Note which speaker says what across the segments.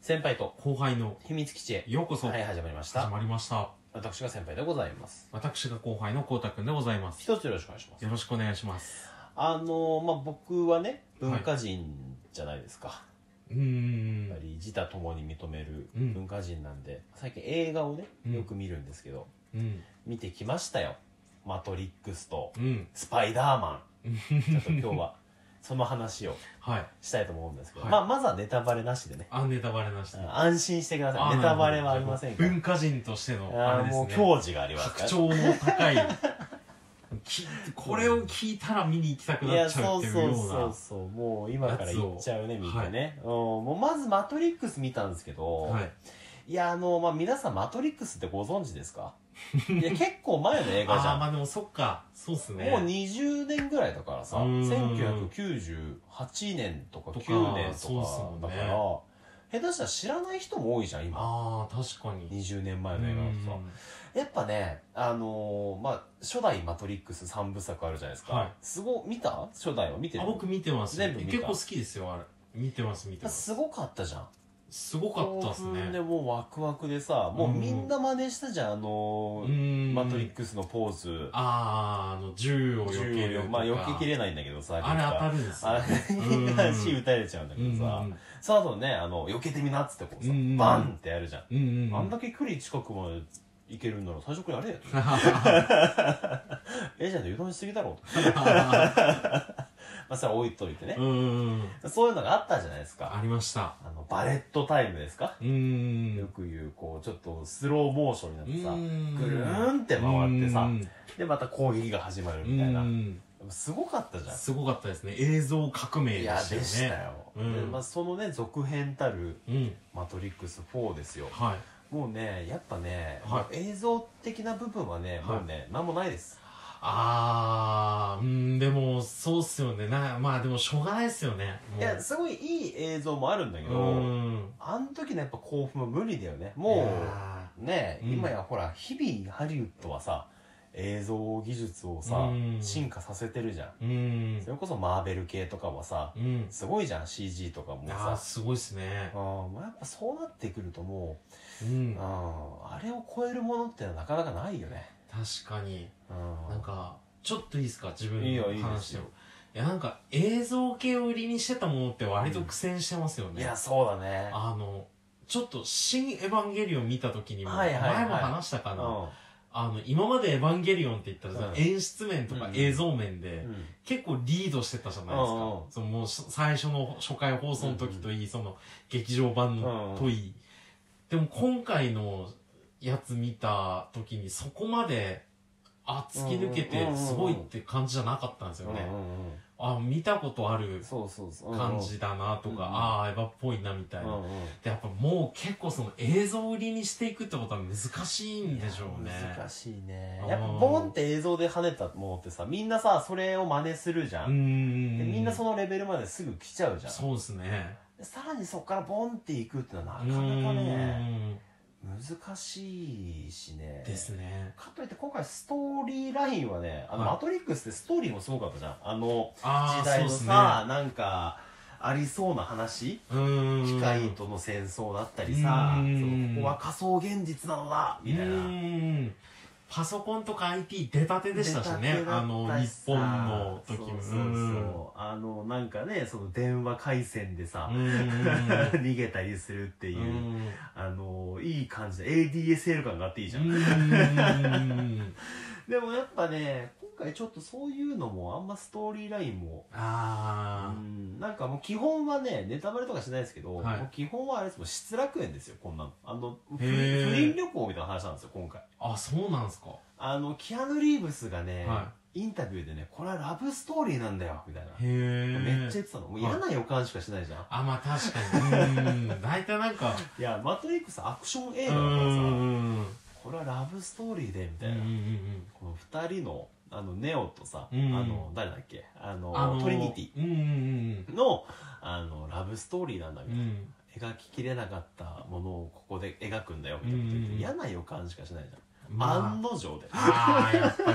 Speaker 1: 先輩と
Speaker 2: 後輩の
Speaker 1: 秘密基地へ、
Speaker 2: ようこそ
Speaker 1: はい、
Speaker 2: 始
Speaker 1: 始まりました。
Speaker 2: まりました。
Speaker 1: 私が先輩でございます。
Speaker 2: 私が後輩のこうたくんでございます。
Speaker 1: 一つよろしくお願いします。
Speaker 2: よろしくお願いします。
Speaker 1: あのー、まあ、僕はね、文化人じゃないですか。
Speaker 2: うーん
Speaker 1: やっぱ。り自他ともに認める
Speaker 2: うん
Speaker 1: 文化人なんで、最近映画をね、
Speaker 2: うん
Speaker 1: よく見るんですけど、
Speaker 2: うん。
Speaker 1: 見てきましたよ。マトリックスと
Speaker 2: うん。
Speaker 1: スパイダーマン。ちょっと今日は、その話を
Speaker 2: はい。
Speaker 1: したいと思うんですけど、
Speaker 2: はい
Speaker 1: まあ、まずはネタバレなしでね、
Speaker 2: あ、ネタバレなし
Speaker 1: う
Speaker 2: で。
Speaker 1: ん安心してくだ
Speaker 2: あ
Speaker 1: さい。ネタバレはありませんから。
Speaker 2: 文化人としての、あ
Speaker 1: あ
Speaker 2: れ
Speaker 1: ー
Speaker 2: で
Speaker 1: も
Speaker 2: す
Speaker 1: う
Speaker 2: ね。
Speaker 1: 矜持がありますか
Speaker 2: 拡
Speaker 1: ら。
Speaker 2: 張の高い。 きこれを聞いたら見に行きたく
Speaker 1: い
Speaker 2: な
Speaker 1: や
Speaker 2: っちゃ
Speaker 1: そうう
Speaker 2: っていう
Speaker 1: そう
Speaker 2: よう
Speaker 1: そう
Speaker 2: な。
Speaker 1: そうもう今から言っちゃうね
Speaker 2: やつを
Speaker 1: みんなね、うんもうまず「マトリックス」見たんですけど、
Speaker 2: はい。
Speaker 1: い、やあのまあ皆さん「マトリックス」ってご存知です かいや結構前の映
Speaker 2: あ
Speaker 1: 画じゃ
Speaker 2: ー
Speaker 1: ん、
Speaker 2: まあでもそっか。そうっすね。
Speaker 1: もう20年ぐらいだからさ
Speaker 2: うん
Speaker 1: 1998年とか
Speaker 2: とか
Speaker 1: 9年
Speaker 2: そうっすもん
Speaker 1: とかだ
Speaker 2: ね
Speaker 1: から、下手したら知らない人も多いじゃん今
Speaker 2: ああ、確かに。
Speaker 1: 20年
Speaker 2: う
Speaker 1: 前の映画だとさ、
Speaker 2: ん
Speaker 1: やっぱねあのーまあ初代「マトリックス」3部作あるじゃないですか、
Speaker 2: はい
Speaker 1: すご見た初代は見てる
Speaker 2: あ、僕見てます。
Speaker 1: 全部見た
Speaker 2: 結構好きですよ、あれ。見てます、見てます。
Speaker 1: すごかったじゃん
Speaker 2: すごかったです
Speaker 1: 興奮で
Speaker 2: ね。
Speaker 1: もうワクワクでさもうみんな真似したじゃん、あ
Speaker 2: う
Speaker 1: のー
Speaker 2: ん
Speaker 1: マトリックスのポーズ
Speaker 2: あー、あの、銃を避けるとか。
Speaker 1: まあ避けきれないんだけどさ
Speaker 2: あれ当たるんですよ。
Speaker 1: 結
Speaker 2: うん
Speaker 1: 構あれ足打たれちゃうんだけ
Speaker 2: うん
Speaker 1: どさ、その後ねあの避けてみなっつってこうさ、
Speaker 2: うんうん
Speaker 1: バンってやるじゃん、
Speaker 2: うんうん。
Speaker 1: あんだけ距離近くまで行けるんなら最初からあ れやええじゃんと油断しすぎだろとまあそれは置いといてね
Speaker 2: う、ん。
Speaker 1: そういうのがあったじゃないです
Speaker 2: あ
Speaker 1: か
Speaker 2: りました。
Speaker 1: あのバレットタイムですか
Speaker 2: う
Speaker 1: よ
Speaker 2: ん。
Speaker 1: く言うこうちょっとスローモーションになってさ、
Speaker 2: うん
Speaker 1: ぐるーんって回ってさ
Speaker 2: うん
Speaker 1: でまた攻撃が始まるみたいな
Speaker 2: うん
Speaker 1: すごかったじゃん
Speaker 2: すごかったですね。映像革命
Speaker 1: い
Speaker 2: で
Speaker 1: や
Speaker 2: したよ
Speaker 1: でした
Speaker 2: ね。
Speaker 1: よ、
Speaker 2: うん
Speaker 1: でまあ、そのね続編たる
Speaker 2: うん。
Speaker 1: 「マトリックス4」ですよ
Speaker 2: はい。
Speaker 1: もうねやっぱね、
Speaker 2: はい
Speaker 1: もう映像的な部分はね、
Speaker 2: はい
Speaker 1: もうね何もないです
Speaker 2: あー、うん、でも、そうっすよね。な、まあでも、しょうがないっすよね。もう
Speaker 1: いやすごいいい映像もあるんだけ
Speaker 2: う
Speaker 1: ど、
Speaker 2: ん。
Speaker 1: あの時のやっぱ興奮は無理だよね
Speaker 2: い
Speaker 1: も
Speaker 2: や
Speaker 1: うね、
Speaker 2: うん
Speaker 1: 今やほら日々ハリウッドはさ映像技術をさ、
Speaker 2: うん
Speaker 1: 進化させてるじゃん
Speaker 2: ーうん
Speaker 1: そ。れこそマーベル系とかはさ
Speaker 2: うん。
Speaker 1: すごいじゃん CG とかも
Speaker 2: あー、
Speaker 1: さ
Speaker 2: すごいっすね
Speaker 1: あ。ーまあやっぱそうなってくるとも
Speaker 2: う
Speaker 1: う、
Speaker 2: ん
Speaker 1: うん、。あれを超えるものってのはなかなかないよね、
Speaker 2: 確かに。
Speaker 1: うん、
Speaker 2: なんか、ちょっといいですか自分
Speaker 1: いいよいい
Speaker 2: の
Speaker 1: です
Speaker 2: 話で
Speaker 1: よ
Speaker 2: も。いや、なんか、映像系を売りにしてたものって割と苦戦してますよ
Speaker 1: い
Speaker 2: ね。
Speaker 1: やそうだね
Speaker 2: あの、ちょっと、新エヴァンゲリオン見た時にも、
Speaker 1: はいはいはい
Speaker 2: 前も話したか
Speaker 1: うん
Speaker 2: な、あの、今までエヴァンゲリオンって言ったらさ、
Speaker 1: うん
Speaker 2: 演出面とか映像面で、
Speaker 1: うん
Speaker 2: 結構リードしてたじゃないですか。
Speaker 1: うんうん
Speaker 2: そのもうし最初の初回放送の時といい、その劇場版
Speaker 1: うんう
Speaker 2: の
Speaker 1: ん
Speaker 2: といい。でも今回のやつ見た時にそこまで、あ、突き抜け
Speaker 1: うんうんうんう
Speaker 2: て
Speaker 1: ん
Speaker 2: すごいって感じじゃなかったんですよ
Speaker 1: うん
Speaker 2: ね。
Speaker 1: うん
Speaker 2: あ、見たことあ
Speaker 1: う
Speaker 2: る
Speaker 1: んそうそうそう
Speaker 2: 感じだな
Speaker 1: う
Speaker 2: と
Speaker 1: んうん
Speaker 2: か、ああ、エヴァっぽいなみた
Speaker 1: う
Speaker 2: い
Speaker 1: んう
Speaker 2: な。
Speaker 1: んうん
Speaker 2: で、やっぱもう結構その映像売りにしていくってことは難しいんでしょうね。
Speaker 1: 難しいね
Speaker 2: うん
Speaker 1: やっぱボンって映像で跳ねたものってさみんなさそれを真似するじゃ、
Speaker 2: うんん。
Speaker 1: でみんなそのレベルまですぐ来ちゃうじゃん
Speaker 2: そうですね。
Speaker 1: でさらにそこからボンっていくってのは
Speaker 2: う
Speaker 1: なかなかね
Speaker 2: ん。
Speaker 1: 難しいしね
Speaker 2: ですね。
Speaker 1: かといって今回ストーリーラインはね「あの
Speaker 2: はい
Speaker 1: マトリックス」ってストーリーもすごかったじゃんあの
Speaker 2: あ
Speaker 1: 時
Speaker 2: あ、そ
Speaker 1: 代
Speaker 2: うで
Speaker 1: の
Speaker 2: すね。
Speaker 1: さ、なんかありそうな話
Speaker 2: うーん。
Speaker 1: 機械との戦争だったりさ
Speaker 2: う
Speaker 1: そ
Speaker 2: ん
Speaker 1: のここは仮想現実なのだみたいうな。
Speaker 2: ーんパソコンとか IT 出たてでしたしね
Speaker 1: 出。た
Speaker 2: あ
Speaker 1: てだ
Speaker 2: の
Speaker 1: った、
Speaker 2: 日
Speaker 1: しさ
Speaker 2: 本の時
Speaker 1: そう
Speaker 2: も。
Speaker 1: そうそうあのなんかねその電話回線でさ
Speaker 2: う、ーん。う
Speaker 1: 逃げたりするっていう、
Speaker 2: ーん。
Speaker 1: あのいい感じで ADSL 感があっていいじゃん、
Speaker 2: うーん。
Speaker 1: でもやっぱね今回ちょっとそういうのもあんまストーリーラインもう
Speaker 2: あ
Speaker 1: んなんかもう基本はねネタバレとかしないですけど、
Speaker 2: はい
Speaker 1: もう基本はあれですもん失楽園ですよこんなのあの不
Speaker 2: へー
Speaker 1: 倫不倫旅行みたいな話なんですよ今回
Speaker 2: あ。あ、そうなんですか。
Speaker 1: あのキアヌ・リーブスがね、
Speaker 2: は
Speaker 1: インタビューでねこれはラブストーリーなんだよみたいな
Speaker 2: へえ。
Speaker 1: めっちゃ言ってたのもう嫌な予感しかしないじゃん、
Speaker 2: あ、まあ確かに。うーん。大体なんか、
Speaker 1: い、や「マトリックス」アクション映
Speaker 2: う
Speaker 1: 画だからさ、
Speaker 2: ーん。
Speaker 1: これはラブストーリーでみ
Speaker 2: う
Speaker 1: た
Speaker 2: んう
Speaker 1: い
Speaker 2: ん
Speaker 1: な、
Speaker 2: うん
Speaker 1: この2人のあのネオとさ、
Speaker 2: うん
Speaker 1: あの誰だっけあの
Speaker 2: あの
Speaker 1: トリニティ
Speaker 2: うんうん
Speaker 1: のあのラブストーリーなんだみ
Speaker 2: うんう
Speaker 1: たいな、
Speaker 2: ん。
Speaker 1: 描ききれなかったものをここで描くんだよみたいなこと言って、
Speaker 2: うん
Speaker 1: 嫌な予感しかしないじゃん案の定で
Speaker 2: ああやっぱり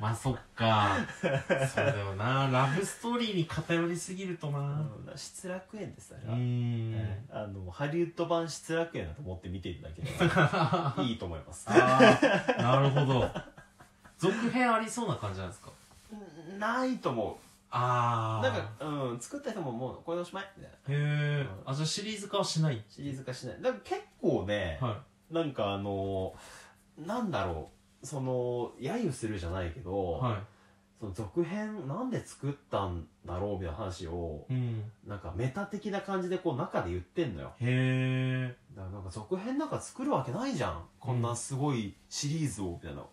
Speaker 2: まあそっかそうだよなラブストーリーに偏りすぎると
Speaker 1: う
Speaker 2: なん
Speaker 1: 失楽園ですあ
Speaker 2: う
Speaker 1: れ
Speaker 2: ー
Speaker 1: は、
Speaker 2: ん
Speaker 1: ええあのハリウッド版失楽園だと思って見ていただけれ
Speaker 2: あ
Speaker 1: ばいいと思います
Speaker 2: ーなるほど続編ありそうな感じなんですか
Speaker 1: うんないと思う
Speaker 2: ああ
Speaker 1: なんか、うん、作った人ももうこれでおしまいみたいな
Speaker 2: へえあじゃあシリーズ化はしない
Speaker 1: シリーズ化しないだから結構ね、
Speaker 2: は
Speaker 1: なんかあのなんだろうその揶揄するじゃないけ
Speaker 2: い
Speaker 1: ど、
Speaker 2: は
Speaker 1: その続編なんで作ったんだろうみたいな話を
Speaker 2: いうん
Speaker 1: なんかメタ的な感じでこう中で言ってんのよ
Speaker 2: へえ
Speaker 1: だからなんか続編なんか作るわけないじゃんこんなすごいシリーズをみたいな、い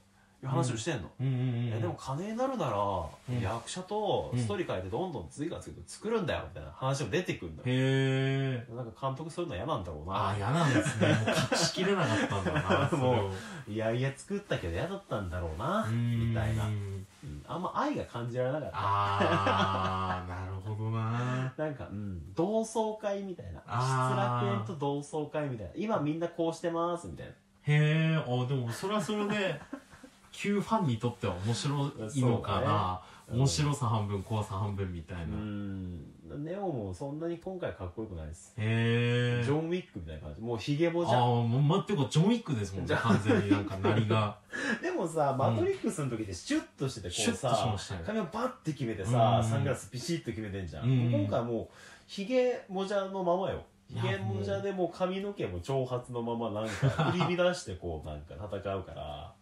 Speaker 1: う話をしてんの、
Speaker 2: うんうん
Speaker 1: い
Speaker 2: うん
Speaker 1: やでも金になるなら、
Speaker 2: ん
Speaker 1: 役者とストーリー変えてどんどん次から次へと作るんだよみたいな話も出てくるんだよ、
Speaker 2: へえ
Speaker 1: なんか監督そういうの嫌なんだろう
Speaker 2: あ
Speaker 1: な
Speaker 2: あ嫌なんですねもう隠しきれなかったんだなそれを
Speaker 1: もいやいや作ったけど嫌だったんだろうな
Speaker 2: うーん
Speaker 1: みたいな、うんあんま愛が感じられなかった
Speaker 2: ああなるほどな
Speaker 1: なんか、うん、同窓会みたいな
Speaker 2: あ
Speaker 1: 失
Speaker 2: ー
Speaker 1: 楽園と同窓会みたいな今みんなこうしてますみたいな
Speaker 2: へえあでもそれはそれで旧ファンにとっては面白いのかな、
Speaker 1: そうね
Speaker 2: 面白さ半分怖さ半分みたいな、
Speaker 1: うーんネオもそんなに今回かっこよくないです、
Speaker 2: へ
Speaker 1: ジ
Speaker 2: え
Speaker 1: ョン・ウィックみたいな感じもうヒゲも
Speaker 2: あ
Speaker 1: じゃん
Speaker 2: あもうまっていうかジョン・ウィックですもん
Speaker 1: じ
Speaker 2: ね
Speaker 1: ゃ
Speaker 2: 完全になんかなり が
Speaker 1: でもさ「マトリックス」の時ってシュッとしててこう
Speaker 2: シュッとし
Speaker 1: さ
Speaker 2: ま したね
Speaker 1: 髪をバッて決めてさ
Speaker 2: うん
Speaker 1: サングラスピシッと決めてんじゃん
Speaker 2: うん
Speaker 1: 今回もうヒゲもじゃのままよ
Speaker 2: い
Speaker 1: ヒゲ
Speaker 2: や
Speaker 1: もじゃでもう髪の毛も長髪のままなん か振り乱してこうなんか戦うから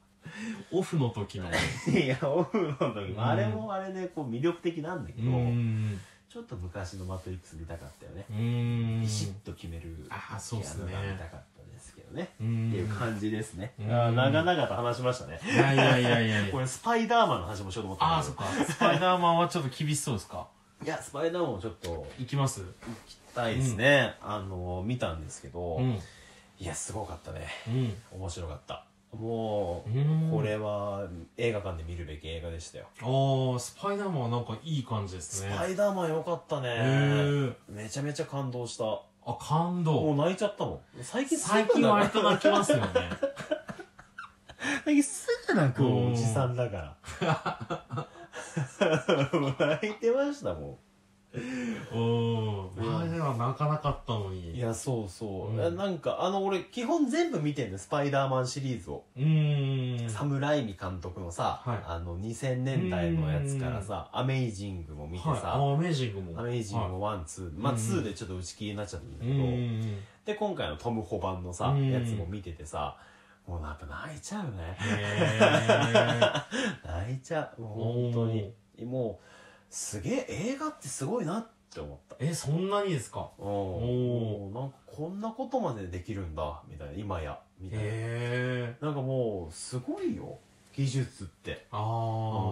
Speaker 2: オフの時の
Speaker 1: いや、オフの時
Speaker 2: うん
Speaker 1: もあれもあれで、こう魅力的なんだけ
Speaker 2: う
Speaker 1: ど、
Speaker 2: ん
Speaker 1: ちょっと昔のマトリックス見たかったよね。
Speaker 2: うーん
Speaker 1: ビシッと決める。
Speaker 2: あーそうっすね
Speaker 1: やるのが見たかったですけどね。
Speaker 2: う
Speaker 1: っていうん感じですね。
Speaker 2: うん
Speaker 1: あー長々と話しましたね。
Speaker 2: いやいやいやいや い
Speaker 1: こ
Speaker 2: や
Speaker 1: れスパイダーマンの話もしようと思ったん
Speaker 2: ああ
Speaker 1: だ
Speaker 2: そっ
Speaker 1: け
Speaker 2: かスパイダーマンはちょっと厳しそうですか
Speaker 1: ど。いや、スパイダーマンもちょっと
Speaker 2: いきます
Speaker 1: 行きたいですね。あのー、見たんですけど、
Speaker 2: うん
Speaker 1: いや、すごかったね。
Speaker 2: うん
Speaker 1: 面白かった。も
Speaker 2: うん
Speaker 1: う、これは映画館で見るべき映画でしたよ。
Speaker 2: ああスパイダーマンはなんかいい感じです
Speaker 1: ス
Speaker 2: ね
Speaker 1: パイダーマン良かった
Speaker 2: へ
Speaker 1: ね。
Speaker 2: え
Speaker 1: めちゃめちゃ感動した。
Speaker 2: あ感動
Speaker 1: もう泣いちゃったもん。最近すぐ
Speaker 2: 最近割と泣きますよね
Speaker 1: 最近すぐ泣く
Speaker 2: うん
Speaker 1: おじさんだから。もう 泣いてましたも
Speaker 2: おお
Speaker 1: うん
Speaker 2: 前では泣かなかったの
Speaker 1: ん。い
Speaker 2: に
Speaker 1: や、そうそうう。
Speaker 2: ん
Speaker 1: ななんか、あの、俺、基本全部見てんの、スパイダーマンシリーズを。
Speaker 2: うーん
Speaker 1: サムライミ監督のさ、
Speaker 2: はい
Speaker 1: あの、2000年代のやつからさ、アメイジングも見て
Speaker 2: はいあ
Speaker 1: さ、
Speaker 2: アメージングも
Speaker 1: アメイジング
Speaker 2: も
Speaker 1: も1、2、まあ
Speaker 2: うん
Speaker 1: 2でちょっと打ち切りになっちゃったんだ
Speaker 2: う
Speaker 1: けど、
Speaker 2: ん
Speaker 1: で、今回のトム・ホバンのさ
Speaker 2: う、ん
Speaker 1: やつも見ててさ、もうやっぱ泣いちゃうね。
Speaker 2: へ
Speaker 1: 泣いちゃうもう本当にもうすげえ映画ってすごいなって思った
Speaker 2: ええそんなにですか
Speaker 1: うん
Speaker 2: お
Speaker 1: もうなんかこんなことまでできるんだみたいな今やみたいな、
Speaker 2: へえ
Speaker 1: なんかもうすごいよ技術って
Speaker 2: あ
Speaker 1: うん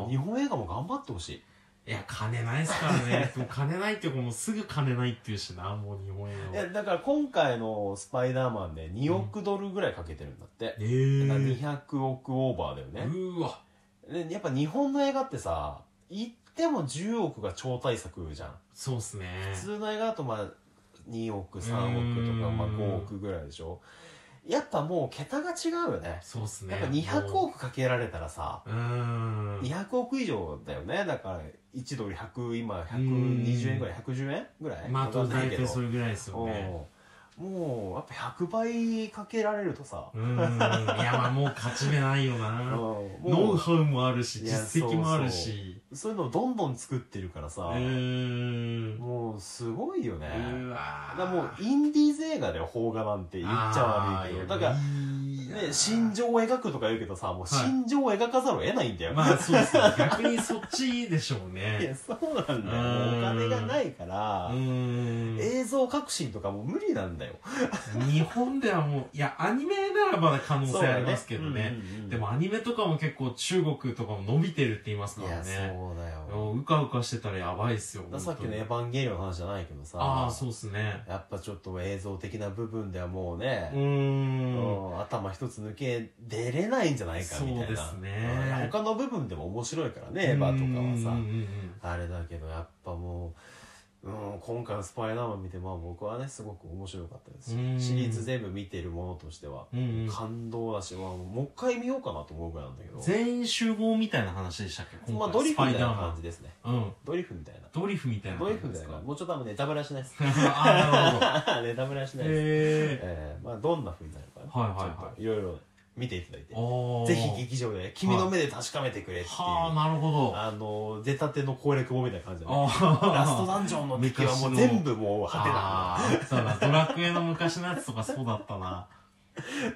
Speaker 2: あ
Speaker 1: 日本映画も頑張ってほしい
Speaker 2: いや金ないですからね でも金ないっていうかもうすぐ金ないっていうしなもう日本映
Speaker 1: い
Speaker 2: 画は
Speaker 1: やだから今回の「スパイダーマン」で2億ドルぐらいかけてるんだって、
Speaker 2: え
Speaker 1: だから
Speaker 2: ー
Speaker 1: 200億オーバーだよ
Speaker 2: う
Speaker 1: ね、
Speaker 2: ーわ
Speaker 1: でやっぱ日本の映画ってさ言っても10億が超大作じゃん
Speaker 2: そうっすね
Speaker 1: 普通の映画だとまあ2億3億とか
Speaker 2: うん
Speaker 1: まあ5億ぐらいでしょやっぱもう桁が違うよね
Speaker 2: そうっすね
Speaker 1: やっぱ200億かけられたらさ
Speaker 2: うーん
Speaker 1: 200億以上だよねだから1ドル100今120円ぐらい110円ぐらい
Speaker 2: まあ
Speaker 1: わかんな
Speaker 2: 大
Speaker 1: いけど
Speaker 2: 体それぐらいですよね
Speaker 1: うんもうやっぱ100倍かけられるとさ、
Speaker 2: うーんいやまあもう勝ち目ないよ
Speaker 1: うん
Speaker 2: なノ
Speaker 1: も
Speaker 2: ウハウもあるし
Speaker 1: いや
Speaker 2: 実績もあるし
Speaker 1: うそういうのをどんどん作ってるから
Speaker 2: う
Speaker 1: さ、
Speaker 2: ーん
Speaker 1: もうすごいよ
Speaker 2: う
Speaker 1: ね、
Speaker 2: わー
Speaker 1: だからもうインディーズ映画で邦画なんて言っちゃ悪いけど
Speaker 2: あー
Speaker 1: だから
Speaker 2: いやいい
Speaker 1: ね、
Speaker 2: な
Speaker 1: 心情を描くとか言うけどさもう
Speaker 2: はい
Speaker 1: 心情を描かざるを得ないんだよ、
Speaker 2: まあそうですね逆にそっちでしょう
Speaker 1: い
Speaker 2: ね
Speaker 1: やそうなんだよも
Speaker 2: うん
Speaker 1: うお金がないか
Speaker 2: う
Speaker 1: ら、
Speaker 2: ーん
Speaker 1: 映像革新とかもう無理なんだよ
Speaker 2: 日本ではもういやアニメならまだ可能性ありますけどね
Speaker 1: うんうんうん
Speaker 2: でもアニメとかも結構中国とかも伸びてるって言います
Speaker 1: い
Speaker 2: か
Speaker 1: や
Speaker 2: らね
Speaker 1: そうだよ
Speaker 2: うかうかしてたらやばいっすよ
Speaker 1: だからさっき
Speaker 2: 本
Speaker 1: の「エ
Speaker 2: 当に
Speaker 1: ヴァンゲリオン」の話じゃないけどさ
Speaker 2: ああそうっすね
Speaker 1: やっぱちょっと映像的な部分ではもう
Speaker 2: う
Speaker 1: ね、
Speaker 2: ーん
Speaker 1: うん頭一つ抜け出れないんじゃないかみたいな
Speaker 2: そうですね
Speaker 1: うんいや他の部分でも面白いからねエヴァとかはさ、
Speaker 2: うんうんうんうん
Speaker 1: あれだけどやっぱもううん、今回の「スパイダーマン」見て、まあ、僕はねすごく面白かったです
Speaker 2: うん
Speaker 1: シリーズ全部見てるものとしては、
Speaker 2: うんうん
Speaker 1: 感動だし、まあ、もう一回見ようかなと思うぐらいなんだけど、
Speaker 2: 全員集合みたいな話でしたっけ
Speaker 1: まあ、
Speaker 2: 今回
Speaker 1: ドリフみたいな
Speaker 2: スパイダーマン
Speaker 1: 感じですね
Speaker 2: うん
Speaker 1: ドリフみたいな
Speaker 2: ドリフみたいな
Speaker 1: ド
Speaker 2: 感
Speaker 1: リ
Speaker 2: じ
Speaker 1: フみ
Speaker 2: で
Speaker 1: た
Speaker 2: す
Speaker 1: い
Speaker 2: か
Speaker 1: なもうちょっと多分ネタバレはしないです
Speaker 2: あなる
Speaker 1: ネタバレはし
Speaker 2: ほ
Speaker 1: な
Speaker 2: ど
Speaker 1: いです、
Speaker 2: へえ
Speaker 1: えーまあ、どんな風になるかね、
Speaker 2: はいはいはい
Speaker 1: ちょっといろいろ見ていただいて
Speaker 2: ああ
Speaker 1: ぜひ劇場で「君の目で確かめてくれ」っていう、
Speaker 2: はあなるほどあ
Speaker 1: あの出たての攻略本みたいな感じで、ね、
Speaker 2: あ
Speaker 1: ラストダンジョンの敵はもう全部もう果てな
Speaker 2: あーそうだドラクエの昔のやつとかそうだったな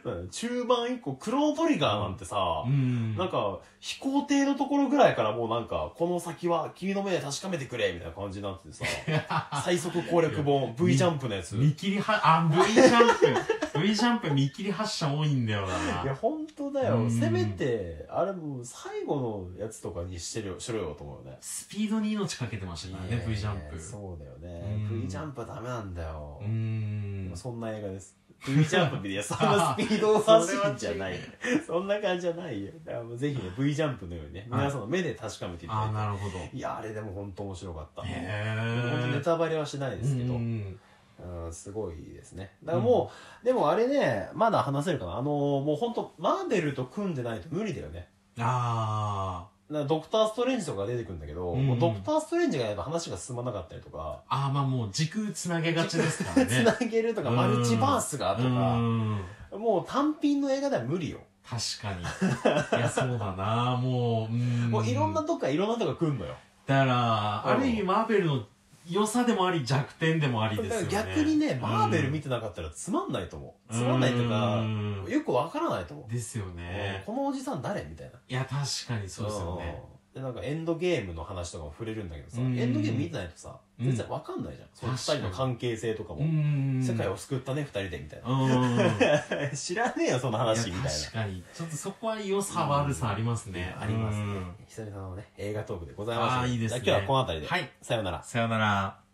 Speaker 1: うん中盤以降クロートリガーなんてさ、
Speaker 2: うん
Speaker 1: なんか飛行艇のところぐらいからもうなんかこの先は君の目で確かめてくれみたいな感じになってて さ最速攻略本 V ジャンプのやつ
Speaker 2: 見
Speaker 1: い
Speaker 2: 切りはあ V ジャンプ V ジャンプ見切り発射多いんだよ
Speaker 1: や
Speaker 2: な
Speaker 1: 本当だよ、
Speaker 2: うん
Speaker 1: せめてあれもう最後のやつとかにしてるよしろよと思うよね
Speaker 2: スピードに命かけてましたからね V ジャンプ
Speaker 1: いやそうだよね、
Speaker 2: うん
Speaker 1: V ジャンプはダメなんだよ
Speaker 2: う、ん
Speaker 1: そんな映画です。V ジャンプ見て、いやそんなスピードを走るんじゃ ない。そんな感じじゃないよ。だからもうぜひね、V ジャンプのようにね、
Speaker 2: はい
Speaker 1: 皆さんの目で確かめていた
Speaker 2: ああ
Speaker 1: だ
Speaker 2: なるほど
Speaker 1: いて。いや、あれでも本当面白かった。
Speaker 2: へ
Speaker 1: 本当ネ
Speaker 2: え
Speaker 1: タバレはしないですけど
Speaker 2: う、ん
Speaker 1: うん、すごいですね。だからもう、でもあれね、まだ話せるかな。あのー、もう本当マーベルと組んでないと無理だよね。
Speaker 2: あー
Speaker 1: だからドクター・ストレンジとかが出てくるんだけど、
Speaker 2: うん
Speaker 1: もうドクター・ストレンジがやっぱ話が進まなかったりとか、
Speaker 2: あーまあもう軸つなげがちですからね
Speaker 1: つなげるとか、
Speaker 2: うん
Speaker 1: マルチバースがと
Speaker 2: う
Speaker 1: か、
Speaker 2: ん
Speaker 1: もう単品の映画では無理よ。
Speaker 2: 確かにいやそうだなもううん
Speaker 1: もういろんなとこからいろんなとこから来んのよ。
Speaker 2: だから
Speaker 1: う
Speaker 2: あ
Speaker 1: ん
Speaker 2: る意味マーベルの良さでもあり弱点でもありですよね
Speaker 1: だから逆にね、マーベル見
Speaker 2: て
Speaker 1: てなかったらつまんないと思う。つまんないとか、よくわからないと思う。
Speaker 2: ですよね
Speaker 1: このおじさん誰みたいな。
Speaker 2: いや確かにそうですよね
Speaker 1: うん。で、なんかエンドゲームの話とかも触れるんだけどさ、
Speaker 2: うん
Speaker 1: エンドゲーム見てないとさ、
Speaker 2: うん
Speaker 1: 全然わかんないじゃん。その二人の関係性とか
Speaker 2: う
Speaker 1: も。
Speaker 2: ん
Speaker 1: 世界
Speaker 2: を
Speaker 1: を救ったね、二人で、みたいな。
Speaker 2: うんいや
Speaker 1: 知らねえよ、その話、
Speaker 2: 確
Speaker 1: みたいな。
Speaker 2: かにちょっとそこは良さ悪さありますね
Speaker 1: うんあります
Speaker 2: ね
Speaker 1: 久々のね、映画トークでございました
Speaker 2: あ
Speaker 1: け
Speaker 2: あ
Speaker 1: ど
Speaker 2: いいですね
Speaker 1: じゃあ今日はこの辺りで。
Speaker 2: はい
Speaker 1: さようなら。
Speaker 2: さよなら